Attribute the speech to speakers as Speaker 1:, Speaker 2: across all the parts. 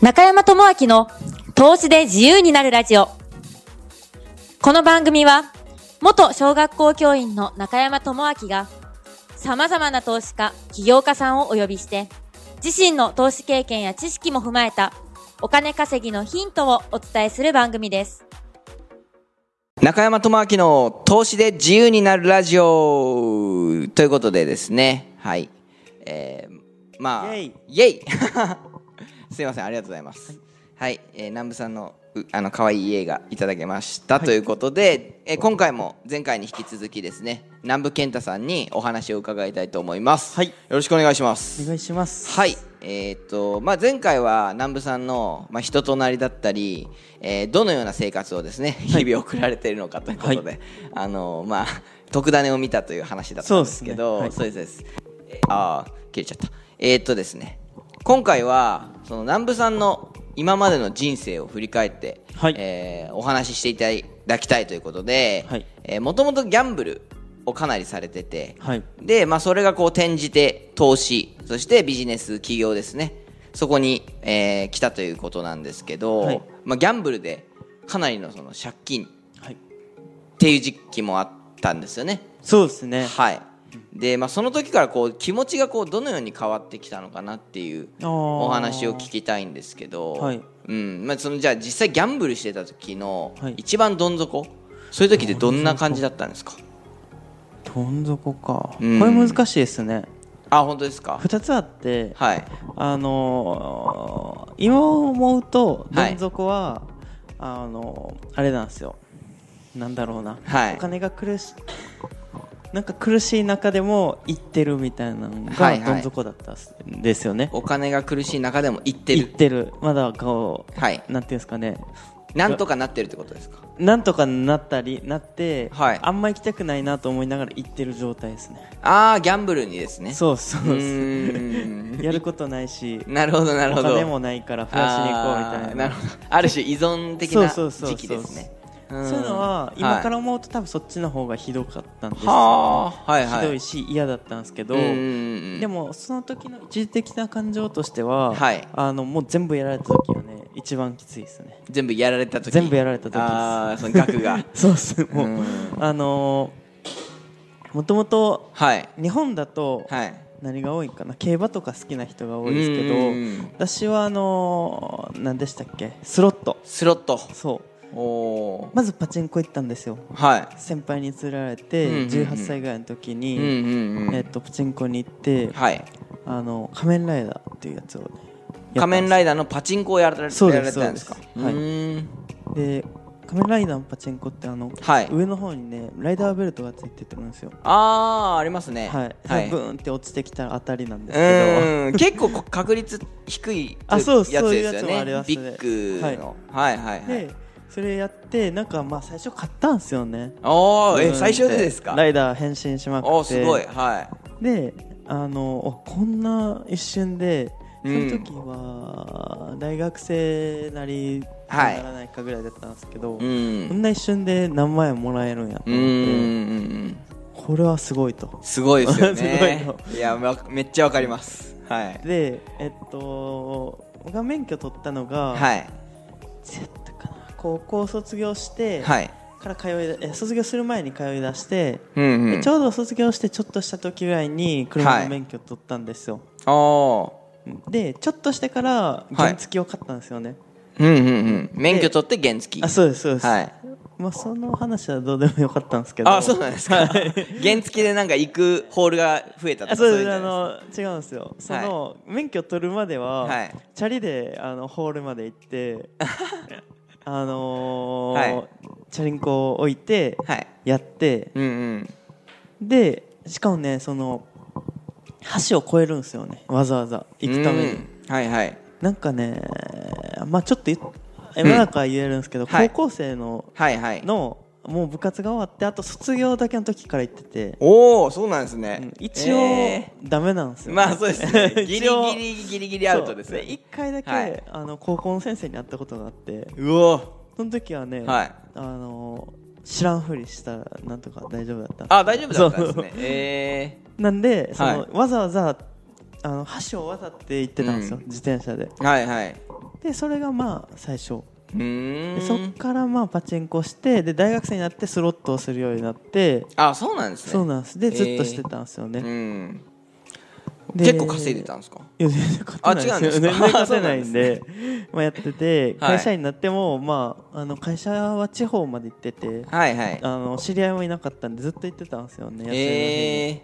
Speaker 1: 中山智明の投資で自由になるラジオ。この番組は、元小学校教員の中山智明が、様々な投資家、起業家さんをお呼びして、自身の投資経験や知識も踏まえた、お金稼ぎのヒントをお伝えする番組です。
Speaker 2: 中山智明の投資で自由になるラジオということでですね、はい。えー、まあ、
Speaker 3: イェイ
Speaker 2: ェイ すいません、ありがとうございます。はい、えー南部さんのうあの可愛い家がいただけました、ということで、えー今回も前回に引き続きですね、南部健太さんにお話を伺いたいと思います。
Speaker 3: はい
Speaker 2: よろしくお願いします。
Speaker 3: お願いします。
Speaker 2: はい、えーっとまあ、前回は南部さんの、まあ、人となりだったり、えーどのような生活をですね日々送られているのかということで、あのまあ、特ダネを見たという話だったんですけど
Speaker 3: そうですねはい
Speaker 2: そうです,、そうですえーああ切れちゃったえーっとですね今回はその南部さんの今までの人生を振り返って、
Speaker 3: はい
Speaker 2: えーお話ししていただきたいということで
Speaker 3: はい
Speaker 2: もともとギャンブルをかなりされてて、
Speaker 3: はい。
Speaker 2: で、まあ、それがこう転じて投資そしてビジネス企業ですねそこに、えー来たということなんですけど、
Speaker 3: はい
Speaker 2: まあ、ギャンブルでかなりのその借金っ
Speaker 3: はい。
Speaker 2: ていう時期もあったんですよね。
Speaker 3: そうですね。
Speaker 2: はいでまあ、その時からこう気持ちがこうどのように変わってきたのかなっていう
Speaker 3: あー
Speaker 2: お話を聞きたいんですけど、
Speaker 3: はい
Speaker 2: うんまあ、そのじゃあ実際ギャンブルしてた時の
Speaker 3: はい
Speaker 2: 一番どん底そういう時ってどんな感じだったんですか
Speaker 3: どん底か。こ
Speaker 2: うん
Speaker 3: れ難しいですね。
Speaker 2: あ本当ですか
Speaker 3: 二つあって、
Speaker 2: はい
Speaker 3: あのー、今思うと、ど
Speaker 2: はい
Speaker 3: ん底は、あのー、あれなんですよ。なんだろうな。
Speaker 2: はい
Speaker 3: お金が苦し、なんか苦しい中でも行ってるみたいなの
Speaker 2: は
Speaker 3: が
Speaker 2: いはい
Speaker 3: どん底だったっすですよね。
Speaker 2: お金が苦しい中でも行って
Speaker 3: 行っ
Speaker 2: る。
Speaker 3: てる。まだこう、
Speaker 2: はい。
Speaker 3: なんていうんですかね。
Speaker 2: なんとかなってるってことですか。
Speaker 3: なんとかなったりなって、
Speaker 2: はい
Speaker 3: あんま行きたくないなと思いながら行ってる状態ですね
Speaker 2: ああ、ギャンブルにですね。
Speaker 3: そうそう
Speaker 2: う
Speaker 3: そう
Speaker 2: ーん。
Speaker 3: やることないし
Speaker 2: なるほど、なるほ
Speaker 3: お
Speaker 2: ど。
Speaker 3: 金もないから増やしに行こうみた
Speaker 2: あー
Speaker 3: いな
Speaker 2: なるほど。ある種依存的な
Speaker 3: そうそうそうそう
Speaker 2: 時期ですね。ん
Speaker 3: そういうのは今か
Speaker 2: は
Speaker 3: ら思うと多分そっちの方がひどかったんです
Speaker 2: い
Speaker 3: よ
Speaker 2: はあ、はいはい。
Speaker 3: ひどいし嫌だったんですけど
Speaker 2: うんうんうん
Speaker 3: でもその時の一時的な感情としては、
Speaker 2: はい
Speaker 3: あのもう全部やられた時はね一番きついです ね
Speaker 2: 全部やられた時。
Speaker 3: 全部やられた時です。
Speaker 2: ああ、その額が
Speaker 3: そうっすもう、
Speaker 2: うん
Speaker 3: あのー、もともと
Speaker 2: はい。
Speaker 3: 日本だと、
Speaker 2: はい。
Speaker 3: 何が多いかな競馬とか好きな人が多いですけ
Speaker 2: う
Speaker 3: ど
Speaker 2: ん
Speaker 3: 私はあのー何でしたっけスロット
Speaker 2: スロット。
Speaker 3: そう
Speaker 2: おお
Speaker 3: まずパチンコ行ったんですよ
Speaker 2: ー。はい。
Speaker 3: 先輩に連れられて
Speaker 2: うんうんうん
Speaker 3: 18歳ぐらいの時に、
Speaker 2: うんうんうん
Speaker 3: えっとパチンコに行って、
Speaker 2: はい。
Speaker 3: あの仮面ライダーっていうやつをねやった
Speaker 2: 仮
Speaker 3: んです
Speaker 2: 面ライダーのパチンコをやられ
Speaker 3: そう
Speaker 2: や
Speaker 3: です
Speaker 2: られてたんですか
Speaker 3: そ
Speaker 2: う
Speaker 3: うで。すはい
Speaker 2: ーん
Speaker 3: で仮面ライダーのパチンコってあの、
Speaker 2: はい
Speaker 3: 上の方にねライダーベルトがついててるんですよ
Speaker 2: ああ、ありますね。
Speaker 3: はい、
Speaker 2: はい
Speaker 3: ブ。ーンって落ちてきた当たりなんですけ
Speaker 2: うん結構こう確率低い
Speaker 3: あそう
Speaker 2: やつ
Speaker 3: そうい
Speaker 2: で
Speaker 3: うや
Speaker 2: す
Speaker 3: つ
Speaker 2: よ
Speaker 3: もあり
Speaker 2: ね
Speaker 3: ま。す
Speaker 2: ビ
Speaker 3: ね
Speaker 2: ッグの。はいはい
Speaker 3: ど
Speaker 2: は
Speaker 3: で
Speaker 2: い。
Speaker 3: それやってなんかまあ最初買ったんですよね
Speaker 2: おお、
Speaker 3: う
Speaker 2: え、
Speaker 3: ん
Speaker 2: 最初でですか
Speaker 3: ライダー変身しまくって
Speaker 2: おーすごい。は
Speaker 3: であのおこんな一瞬で
Speaker 2: う
Speaker 3: そ
Speaker 2: ん
Speaker 3: の時は大学生なりに
Speaker 2: は
Speaker 3: ないらないかぐらいだったんですけ
Speaker 2: い。う
Speaker 3: ど、
Speaker 2: ん。
Speaker 3: こ
Speaker 2: うん
Speaker 3: んな一瞬で何万円もらえるんやと
Speaker 2: う
Speaker 3: 思って
Speaker 2: ん。
Speaker 3: これはすごいと
Speaker 2: すごいですよね
Speaker 3: すご。
Speaker 2: いや、わめっちゃわかります。はい。
Speaker 3: でえっと僕が免許取ったのが、
Speaker 2: はい。
Speaker 3: いつやったかな高校卒業して、
Speaker 2: はい。
Speaker 3: から通いだえ卒業する前に通い出して、
Speaker 2: うんう
Speaker 3: で
Speaker 2: ん
Speaker 3: ち。ょうど卒業してちょっとした時ぐらいに車
Speaker 2: はい
Speaker 3: の免許取ったんですよ、
Speaker 2: おお
Speaker 3: でちょっとしてから原付を買ったんですよね、
Speaker 2: ー。うんうんうん。免許取って原付。
Speaker 3: あそうですそうです、
Speaker 2: はい。
Speaker 3: まあその話はどうでもよかったんですけど
Speaker 2: あ、そうなんですか。原付でなんか行くホールが増えたとか。
Speaker 3: あそうです
Speaker 2: い
Speaker 3: あ
Speaker 2: のじゃない
Speaker 3: の違うんですよその、免許取るまでは、
Speaker 2: はい
Speaker 3: チャリであのホールまで行って あのー
Speaker 2: はい
Speaker 3: チャリンコを置いて
Speaker 2: ですかはい。
Speaker 3: やって
Speaker 2: うんうん。
Speaker 3: でしかもねその橋を越えるんですよねわざわざ行くために、
Speaker 2: うん。はいはい。
Speaker 3: なんかねまあちょっと言っ世の中は言えるんですけど、
Speaker 2: はい
Speaker 3: 高校生の
Speaker 2: はいはい。
Speaker 3: のもう部活が終わってあと卒業だけの時から行ってて、
Speaker 2: おおそうなんですね、
Speaker 3: うん一応、
Speaker 2: え
Speaker 3: ダメなんです
Speaker 2: ー
Speaker 3: よ、
Speaker 2: まあそうですねギリ
Speaker 3: 一応
Speaker 2: ギリギリギリアウトです
Speaker 3: そう
Speaker 2: ね
Speaker 3: 一回だけ、
Speaker 2: はい
Speaker 3: あの高校の先生に会ったことがあって
Speaker 2: うお
Speaker 3: その時はね、
Speaker 2: はい
Speaker 3: あの知らんふりしたらなんとか大丈夫だった
Speaker 2: あ大丈夫だったんですね
Speaker 3: そう
Speaker 2: え
Speaker 3: なんでその、
Speaker 2: は
Speaker 3: わざわざあの橋を渡って行ってたんですよ、
Speaker 2: うん
Speaker 3: 自転車で
Speaker 2: ー、はいはい
Speaker 3: でそれがまあ最初
Speaker 2: うー
Speaker 3: で
Speaker 2: ん
Speaker 3: そっからまあパチンコしてで大学生になってスロットをするようになって
Speaker 2: あそうなんですね
Speaker 3: そうなんですで
Speaker 2: ー
Speaker 3: ずっとしてたんですよね、
Speaker 2: うん
Speaker 3: で
Speaker 2: 結構稼いでたんですか
Speaker 3: いや全然勝てない
Speaker 2: あ違うんですか
Speaker 3: 全然勝てないんで まあやってて
Speaker 2: はい
Speaker 3: 会社員になっても、まあ、あの会社は地方まで行ってて
Speaker 2: はいはい
Speaker 3: あの知り合いもいなかったんでずっと行ってたんですよね休みの日に
Speaker 2: え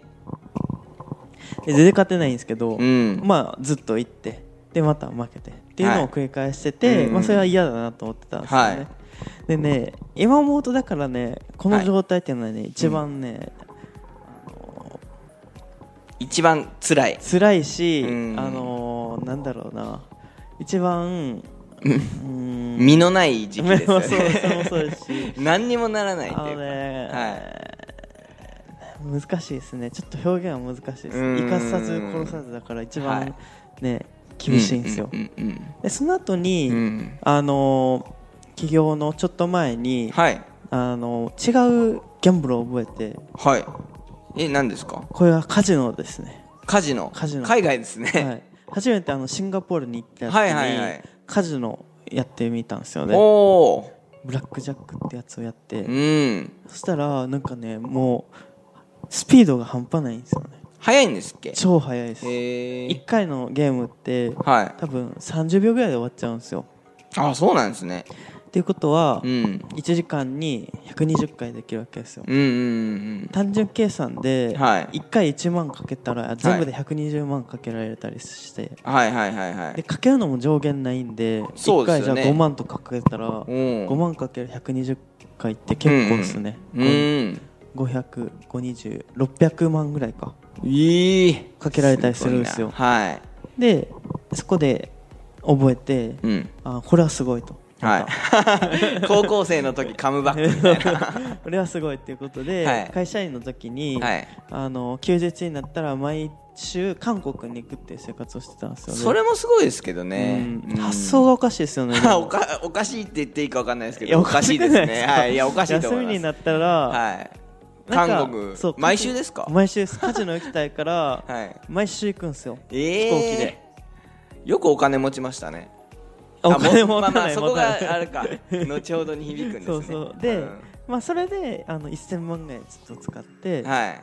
Speaker 3: で全然勝てないんですけど、
Speaker 2: ー、うん、
Speaker 3: まあずっと行ってでまた負けてっていうのを繰り返してて、
Speaker 2: はいうん
Speaker 3: まあ、それは嫌だなと思ってたんですよね、
Speaker 2: はい
Speaker 3: でね今思うとだからねこの状態っていうのはね、一番ね、
Speaker 2: 一番辛い
Speaker 3: 辛いし、
Speaker 2: うん
Speaker 3: あのーなんだろうな一番うん
Speaker 2: 身のない時期です
Speaker 3: ま
Speaker 2: よ
Speaker 3: あ そうそれも
Speaker 2: ね
Speaker 3: そうですし
Speaker 2: 何にもならないってい
Speaker 3: あの
Speaker 2: うか
Speaker 3: ね、
Speaker 2: は
Speaker 3: 難しいですねちょっと表現は難しいです
Speaker 2: うん
Speaker 3: 生かさず殺さずだから一番、
Speaker 2: はい
Speaker 3: ね厳しいんですよ、
Speaker 2: うんうん
Speaker 3: でその後に、
Speaker 2: うんうん
Speaker 3: あのー起業のちょっと前
Speaker 2: うん
Speaker 3: に、
Speaker 2: はい
Speaker 3: あのー違うギャンブルを覚えて
Speaker 2: はいえ何ですか
Speaker 3: これはカジノですね、
Speaker 2: カジノ
Speaker 3: カジノ
Speaker 2: 海外です
Speaker 3: は
Speaker 2: ね、
Speaker 3: い、初めてあのシンガポールに行った時に、
Speaker 2: はいはいはい
Speaker 3: カジノやってみたんですよね
Speaker 2: おお
Speaker 3: ブラックジャックってやつをやって、
Speaker 2: うん
Speaker 3: そしたらなんかねもうスピードが半端ないんですよね
Speaker 2: 早いんですっけ
Speaker 3: 超速いです
Speaker 2: へ
Speaker 3: 1
Speaker 2: え
Speaker 3: 回のゲームって
Speaker 2: はい
Speaker 3: 多分30秒ぐらいで終わっちゃうんですよ
Speaker 2: あそうなんですね
Speaker 3: っていうことは
Speaker 2: うん
Speaker 3: 1時間に120回できるわけですよ
Speaker 2: うんうん
Speaker 3: 単純計算で
Speaker 2: はい
Speaker 3: 1回1万かけたら全部で120万かけられたりして
Speaker 2: うんはいはいはいは
Speaker 3: で
Speaker 2: い
Speaker 3: かけるのも上限ないんで
Speaker 2: そ
Speaker 3: 1
Speaker 2: うで
Speaker 3: 回
Speaker 2: す
Speaker 3: じゃ
Speaker 2: よ
Speaker 3: あ
Speaker 2: ね
Speaker 3: 5万とかかけたら
Speaker 2: うん
Speaker 3: 5万かける120回って結構ですね
Speaker 2: うん
Speaker 3: 500520600600万ぐらいか
Speaker 2: いい
Speaker 3: かけられたりするんですよ
Speaker 2: ごいなはい
Speaker 3: でそこで覚えて
Speaker 2: うん
Speaker 3: あこれはすごいと。なんか
Speaker 2: はい高校生の時カムバックみたいな
Speaker 3: これはすごいっていうことで、
Speaker 2: はい
Speaker 3: 会社員の時に、
Speaker 2: はい
Speaker 3: あの休日になったら毎週韓国に行くっていう生活をしてたんですよね
Speaker 2: それもすごいですけど
Speaker 3: うん
Speaker 2: ねうん
Speaker 3: 発想がおかしいですよねで
Speaker 2: あお
Speaker 3: も
Speaker 2: かおかしいって言っていいかわかんないですけ
Speaker 3: い
Speaker 2: ど おかしいです
Speaker 3: おか
Speaker 2: ね
Speaker 3: くな
Speaker 2: はいいやおかしいと思い
Speaker 3: 休
Speaker 2: ま
Speaker 3: み
Speaker 2: す
Speaker 3: になったら、
Speaker 2: はい
Speaker 3: なんか
Speaker 2: 韓国
Speaker 3: そう
Speaker 2: 毎週ですか
Speaker 3: 毎週ですカジノ行きたいから、
Speaker 2: はい
Speaker 3: 毎週行くんですよ
Speaker 2: ええ
Speaker 3: 飛行機で
Speaker 2: よくお金持ちましたね
Speaker 3: あお金
Speaker 2: あ
Speaker 3: 持
Speaker 2: まあま
Speaker 3: たな
Speaker 2: あ
Speaker 3: い
Speaker 2: そこが
Speaker 3: 持たない
Speaker 2: あるか後ほどに響くんですね
Speaker 3: そうそうで、
Speaker 2: ん
Speaker 3: まあ、それであの1000万ぐらいずっと使って、
Speaker 2: はい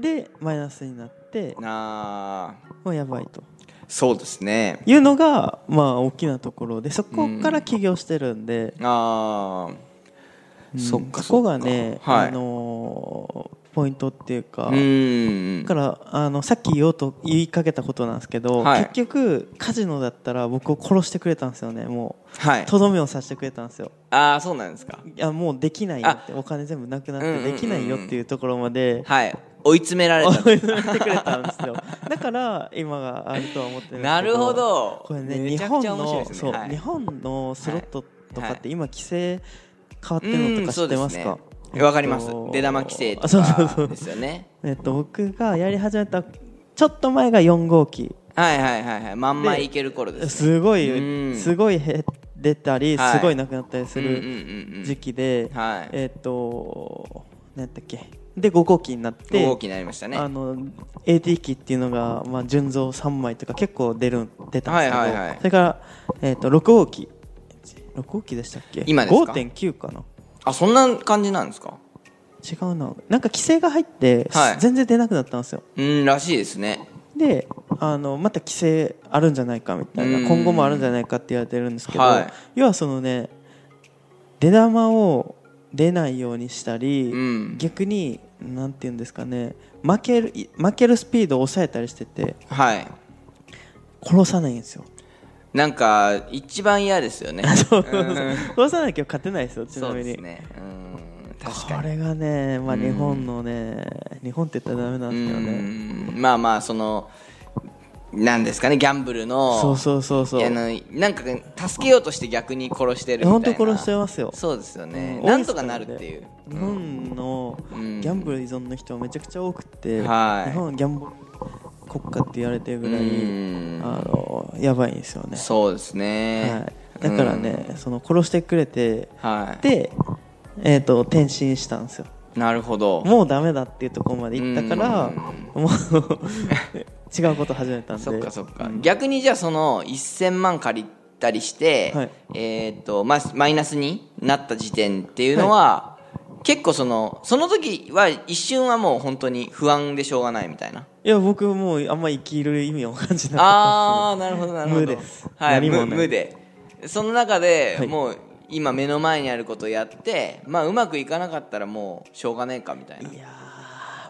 Speaker 3: でマイナスになって
Speaker 2: なあ
Speaker 3: もうやばいと
Speaker 2: そうですね
Speaker 3: いうのがまあ大きなところでそこから起業してるんで、
Speaker 2: ああ、そっか
Speaker 3: そこが
Speaker 2: そ
Speaker 3: ね、
Speaker 2: っかはい
Speaker 3: あのーポイントっていうか、
Speaker 2: うーん
Speaker 3: だからあのさっき言おうと言いかけたことなんですけど、
Speaker 2: はい
Speaker 3: 結局カジノだったら僕を殺してくれたんですよねも
Speaker 2: は
Speaker 3: う
Speaker 2: い
Speaker 3: とどめをさせてくれたんですよ
Speaker 2: ああそうなんですか
Speaker 3: いやもうできないよってお金全部なくなっ
Speaker 2: うんうんうんう
Speaker 3: て
Speaker 2: ん
Speaker 3: できないよっていうところまで
Speaker 2: はい追い詰められたん
Speaker 3: 追
Speaker 2: で
Speaker 3: い詰めてくれたんですよだから今があるとは思ってるんですけど
Speaker 2: なるほど
Speaker 3: これね
Speaker 2: め
Speaker 3: 日
Speaker 2: ちゃく
Speaker 3: 本
Speaker 2: ちゃ面白い
Speaker 3: の
Speaker 2: ですね
Speaker 3: そう
Speaker 2: はい
Speaker 3: 日本のスロットとかって今規制変わって
Speaker 2: う
Speaker 3: るのと
Speaker 2: ん
Speaker 3: か
Speaker 2: そ
Speaker 3: 知
Speaker 2: う
Speaker 3: ってます
Speaker 2: で
Speaker 3: か
Speaker 2: ねわかります
Speaker 3: えっと
Speaker 2: 出玉規制と
Speaker 3: あそうそうそ
Speaker 2: か
Speaker 3: う
Speaker 2: ですよね
Speaker 3: えっと僕がやり始めたちょっと前が4号機
Speaker 2: はいはいはいはいまんまいける頃ですね
Speaker 3: すご
Speaker 2: うん
Speaker 3: いすごい減ってたり
Speaker 2: はい
Speaker 3: すごいなくなったりす
Speaker 2: うん
Speaker 3: る
Speaker 2: うんうんうん
Speaker 3: 時期で
Speaker 2: はい
Speaker 3: えっと何やったっけで5号機になって
Speaker 2: 大きになりましたね
Speaker 3: あ
Speaker 2: は
Speaker 3: の AT 機っていうのが、まあ、純増3枚とか結構出る出たんですけど、
Speaker 2: はいはいはい
Speaker 3: それから、えー、と6号機6号機でしたっけ
Speaker 2: 今ですか
Speaker 3: 5.9かな
Speaker 2: あそんな感じなんですか
Speaker 3: 違うななんか規制が入って、
Speaker 2: はい
Speaker 3: 全然出なくなったんですよ
Speaker 2: うんらしいですね
Speaker 3: であのまた規制あるんじゃないかみたいうなん今後もあるんじゃないかって言われてるんですけど、
Speaker 2: はい
Speaker 3: 要はそのね出玉を出ないようにしたり、
Speaker 2: うん
Speaker 3: 逆になんて言うんですかね負けるい負けるスピードを抑えたりしてて
Speaker 2: はい
Speaker 3: 殺さないんですよ
Speaker 2: なんか一番嫌ですよね
Speaker 3: そうそう
Speaker 2: うん
Speaker 3: そう殺さなきゃ勝てないですよちな
Speaker 2: そう
Speaker 3: み
Speaker 2: で
Speaker 3: に、
Speaker 2: すねうん確か
Speaker 3: こ
Speaker 2: に
Speaker 3: れがね、まあ、
Speaker 2: うん
Speaker 3: 日本のね、日本って言ったらダメなん
Speaker 2: う
Speaker 3: ですけどね
Speaker 2: んまあまあそのなんですかねギャンブルの
Speaker 3: そうそうそうそう
Speaker 2: あのなんか助けようとして逆に殺してるみたい
Speaker 3: 本
Speaker 2: な
Speaker 3: 当殺しちゃいますよ
Speaker 2: そうですよね、
Speaker 3: うん
Speaker 2: なんとかなるっていう
Speaker 3: 日本のギ
Speaker 2: うん
Speaker 3: ャンブル依存の人はめちゃくちゃ多くて、
Speaker 2: はい
Speaker 3: 日本はギャンブル国家って言われてるぐらい、
Speaker 2: うん
Speaker 3: あのやばいんですよね、
Speaker 2: そうですね
Speaker 3: は、い、だからね、その殺してくれて
Speaker 2: うん、はい
Speaker 3: で、えー、と転身したんですよ
Speaker 2: なるほど
Speaker 3: もうダメだっていうところまで行ったからもう違うこと始めたんで
Speaker 2: そっかそっか、逆にじゃあその1000万借りったりして、
Speaker 3: はい
Speaker 2: えっとマスマイナスになった時点っていうのは、結構そのその時は一瞬はもう本当に不安でしょうがないみたい ない
Speaker 3: や僕もうあんま生きる意味を感じなかっ
Speaker 2: ああーなるほどなるほど
Speaker 3: 無です
Speaker 2: はい、
Speaker 3: 何もな
Speaker 2: 無
Speaker 3: い
Speaker 2: 無でその中で、
Speaker 3: はい
Speaker 2: もう今目の前にあることをやってまあうまくいかなかったらもうしょうがねえかみたい
Speaker 3: た
Speaker 2: な
Speaker 3: ですいや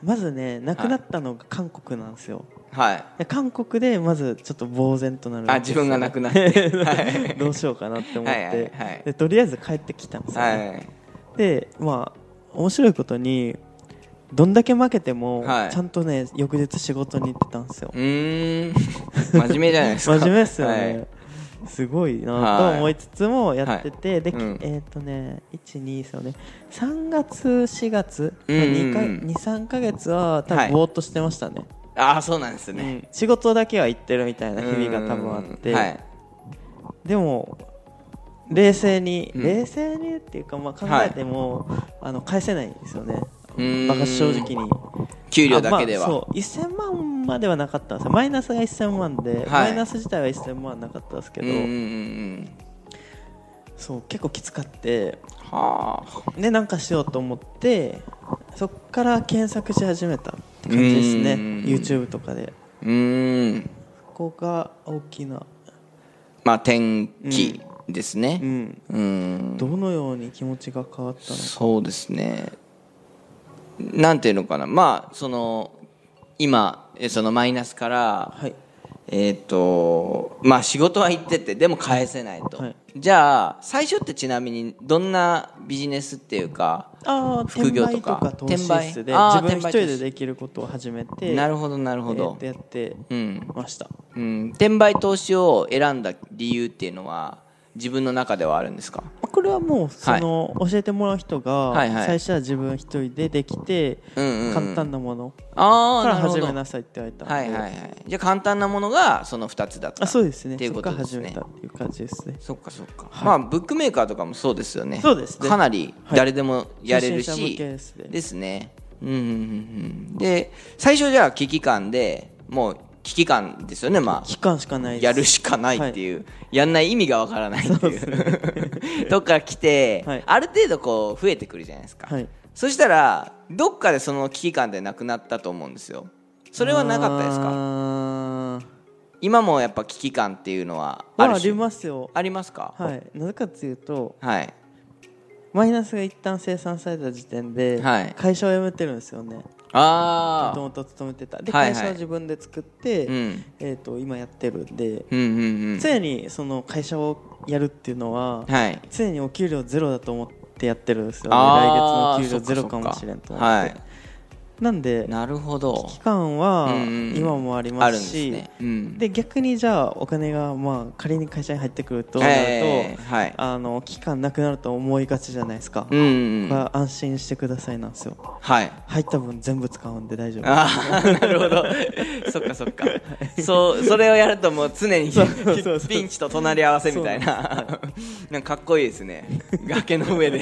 Speaker 3: ーまずね亡くなったのが韓国なんですよ、
Speaker 2: はい
Speaker 3: で韓国でまずちょっと呆然となる
Speaker 2: あ自分が亡くな ってはい
Speaker 3: どうしようかなって思って
Speaker 2: はいはいはい
Speaker 3: でとりあえず帰ってきたんですよ、ね
Speaker 2: はい
Speaker 3: でまあ面白いことにどんだけ負けても、
Speaker 2: はい
Speaker 3: ちゃんとね翌日仕事に行ってたんですよ
Speaker 2: うー ん真面目じゃないですか
Speaker 3: 真面目ですよね、
Speaker 2: はい
Speaker 3: すごいな
Speaker 2: はい
Speaker 3: と思いつつもやってて、で、
Speaker 2: うん
Speaker 3: えっ、とね12そうね3月4月、
Speaker 2: うんうんうん
Speaker 3: 23か月は多
Speaker 2: は
Speaker 3: 分
Speaker 2: い
Speaker 3: ぼーっとしてましたね、
Speaker 2: ああそうなんですね、
Speaker 3: うん仕事だけは行ってるみたいな日々が多分あって、
Speaker 2: うんはい
Speaker 3: でも冷静に、
Speaker 2: うん
Speaker 3: 冷静にっていうか、まあ、考えても、あの返せないんですよね
Speaker 2: ーん
Speaker 3: バカ正直に
Speaker 2: 給料だけで
Speaker 3: あ
Speaker 2: は、
Speaker 3: まあそう1000万まではなかったんですよマイナスが1000万で、
Speaker 2: い
Speaker 3: マイナス自体は1000万はなかったんですけ
Speaker 2: う
Speaker 3: ど、
Speaker 2: んうんうんうん
Speaker 3: そう結構きつかって
Speaker 2: はあ
Speaker 3: でなんかしようと思ってそこから検索し始めたって感じですね
Speaker 2: うん
Speaker 3: YouTube とかで
Speaker 2: うーん
Speaker 3: ここが大きな
Speaker 2: まあ天気ですね
Speaker 3: うん
Speaker 2: うーん
Speaker 3: どのように気持ちが変わったのか
Speaker 2: そうですねなんていうのかなまあその今えそのマイナスから、
Speaker 3: はい
Speaker 2: えっ、とまあ仕事は行っててでも返せないと、
Speaker 3: はい
Speaker 2: じゃあ最初ってちなみにどんなビジネスっていうか
Speaker 3: ああ
Speaker 2: 副
Speaker 3: 転
Speaker 2: 業と
Speaker 3: 売
Speaker 2: か
Speaker 3: とか投資室
Speaker 2: 転売
Speaker 3: で
Speaker 2: あー
Speaker 3: 自分一人
Speaker 2: 転売
Speaker 3: でできることを始めて
Speaker 2: な
Speaker 3: る
Speaker 2: るほどなるほど、
Speaker 3: やって
Speaker 2: うん
Speaker 3: ました
Speaker 2: うん、転売投資を選んだ理由っていうのは自分の中ではあるんですか
Speaker 3: これはもうその教えてもらう人が
Speaker 2: はいはい
Speaker 3: 最初は自分一人でできて
Speaker 2: うんうんうん
Speaker 3: 簡単なもの
Speaker 2: あ
Speaker 3: から始め
Speaker 2: は
Speaker 3: なさいって言われた
Speaker 2: い
Speaker 3: んで
Speaker 2: はいはいじゃあ簡単なものがその2つだった
Speaker 3: あそうですね
Speaker 2: っていう
Speaker 3: そ
Speaker 2: こ
Speaker 3: っか
Speaker 2: と
Speaker 3: ら
Speaker 2: です
Speaker 3: 始
Speaker 2: ね
Speaker 3: めたっていう感じですね
Speaker 2: そっかそっか、まあブックメーカーとかもそうですよね
Speaker 3: そうですね
Speaker 2: かなり誰でもやれるし、
Speaker 3: 初心者向けですね
Speaker 2: ですねうんうんうんうんで最初じゃあ危機感でもう危機感ですよねまあ
Speaker 3: 期間しかないです
Speaker 2: やるしかないっていう、やんない意味がわからないっていうとこから来て、
Speaker 3: はい
Speaker 2: ある程度こう増えてくるじゃないですか、
Speaker 3: はい
Speaker 2: そしたらどっかでその危機感でなくなったと思うんですよそれはなかったですか
Speaker 3: か
Speaker 2: 今もやっぱ危機感っていうのはあ
Speaker 3: あ
Speaker 2: る
Speaker 3: あ
Speaker 2: 種
Speaker 3: りますよ
Speaker 2: ありますか
Speaker 3: はいなぜかというと
Speaker 2: はい
Speaker 3: マイナスが一旦生産された時点で
Speaker 2: はい
Speaker 3: 会社を辞めてるんですよねも
Speaker 2: あ
Speaker 3: と
Speaker 2: あ
Speaker 3: もと勤めてたで
Speaker 2: はいはい
Speaker 3: 会社を自分で作って、
Speaker 2: うん
Speaker 3: えー、と今やってるんで、
Speaker 2: うんうんうん
Speaker 3: 常にその会社をやるっていうのは、
Speaker 2: はい
Speaker 3: 常にお給料ゼロだと思ってやってるんですよね
Speaker 2: あ
Speaker 3: 来
Speaker 2: ー
Speaker 3: 月のお給料ゼロかもしれんと思って、
Speaker 2: はい
Speaker 3: なんで
Speaker 2: なるほど
Speaker 3: 期間は
Speaker 2: うんうん
Speaker 3: 今もあり
Speaker 2: あ
Speaker 3: ま
Speaker 2: るんですす
Speaker 3: し、
Speaker 2: ね、うん、
Speaker 3: で逆にじゃあお金がまあ仮に会社に入ってくるとなると、
Speaker 2: えーはい
Speaker 3: あの期間なくなると思いがちじゃないですか、
Speaker 2: うんうん
Speaker 3: これは安心してくださいなんですよ
Speaker 2: はい
Speaker 3: 入った分全部使うんで大丈夫
Speaker 2: あ あなるほど そっかそっかそうそれをやるともう常に
Speaker 3: そうそうそうそう
Speaker 2: ピンチと隣り合わせみたいな なんかかっこいいですね崖の上で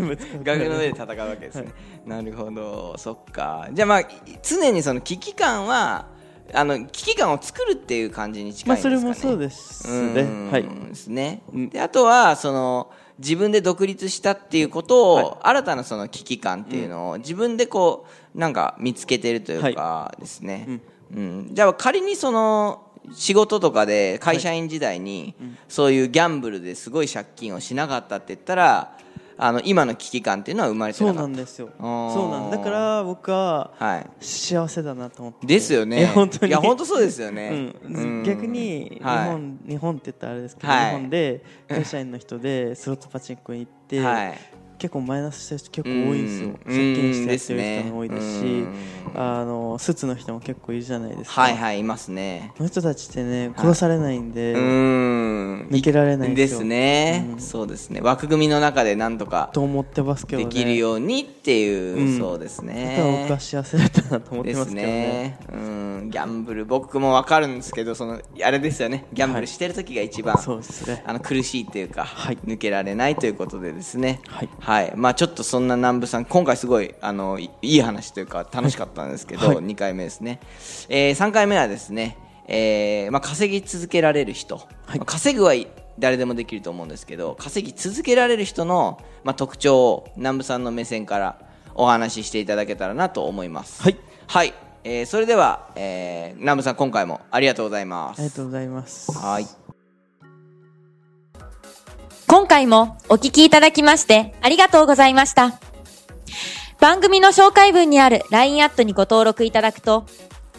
Speaker 3: 部使う
Speaker 2: 崖の上で戦うわけですね、なるほどそっかじゃあまあ常にその危機感はあの危機感を作るっていう感じに近
Speaker 3: ま
Speaker 2: い
Speaker 3: あ
Speaker 2: んですか
Speaker 3: そ
Speaker 2: ね
Speaker 3: れもそうです
Speaker 2: う
Speaker 3: ね
Speaker 2: ん
Speaker 3: はい
Speaker 2: ですねであとはその自分で独立したっていうことを、新たなその危機感っていうのを自分でこうなんか見つけてるというかですね、うんじゃあ仮にその仕事とかで会社員時代にそういうギャンブルですごい借金をしなかったって言ったらあの今の危機感っていうのは生まれて
Speaker 3: そ
Speaker 2: な
Speaker 3: う
Speaker 2: か
Speaker 3: な
Speaker 2: っ
Speaker 3: んですよ
Speaker 2: あー
Speaker 3: そうなんだから僕は
Speaker 2: たはい
Speaker 3: 幸せだなと思って
Speaker 2: ですよね
Speaker 3: いや本当に
Speaker 2: いや本当そうですよね、
Speaker 3: うん、逆に日本、
Speaker 2: はい
Speaker 3: 日本って言ったらあれですけど、
Speaker 2: はい
Speaker 3: 日本で会社員の人でスロットパチンコに行って、
Speaker 2: はい
Speaker 3: 結構マイナスしてる人結構多いんですよ、
Speaker 2: うん
Speaker 3: 借金してやってる人も多いです
Speaker 2: う
Speaker 3: し、
Speaker 2: ん
Speaker 3: あのスーツの人も結構いるじゃないですか、
Speaker 2: はいはいいますね
Speaker 3: この人たちってね殺されないんで、
Speaker 2: うーん
Speaker 3: 抜けられないん
Speaker 2: で
Speaker 3: ですよ
Speaker 2: すね、そうですね枠組みの中でなんとか
Speaker 3: と思ってますけど
Speaker 2: で
Speaker 3: ね
Speaker 2: きるようにっていう、
Speaker 3: うん
Speaker 2: そうです
Speaker 3: だから
Speaker 2: ね
Speaker 3: 僕は幸せだったなと思って
Speaker 2: で
Speaker 3: ますすけどね
Speaker 2: ねうんギャンブル僕も分かるんですけどそのあれですよねギャンブルしてる時が一番、
Speaker 3: そうですね
Speaker 2: あの苦しいっていうか、
Speaker 3: はい
Speaker 2: 抜けられないということでですね
Speaker 3: はい
Speaker 2: まあちょっとそんな南部さん今回すごいあのいいい話というか楽しかったんですけど、
Speaker 3: はいはい
Speaker 2: 2回目ですね、え3回目はですね、えーまあ、稼ぎ続けられる人、
Speaker 3: はい
Speaker 2: まあ稼ぐはい誰でもできると思うんですけど稼ぎ続けられる人の、まあ、特徴を南部さんの目線からお話ししていただけたらなと思います
Speaker 3: はい、
Speaker 2: はいえーそれでは、えー、南部さん今回もありがとうございま
Speaker 3: ありがと
Speaker 2: す
Speaker 3: うございます
Speaker 2: はい
Speaker 1: 今回もお聞きいただきましてありがとうございました。番組の紹介文にある LINE アットにご登録いただくと、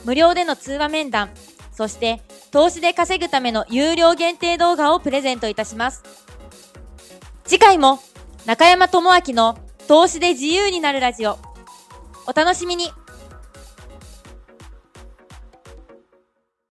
Speaker 1: 無料での通話面談、そして投資で稼ぐための有料限定動画をプレゼントいたします。次回も中山智明の投資で自由になるラジオ、お楽しみに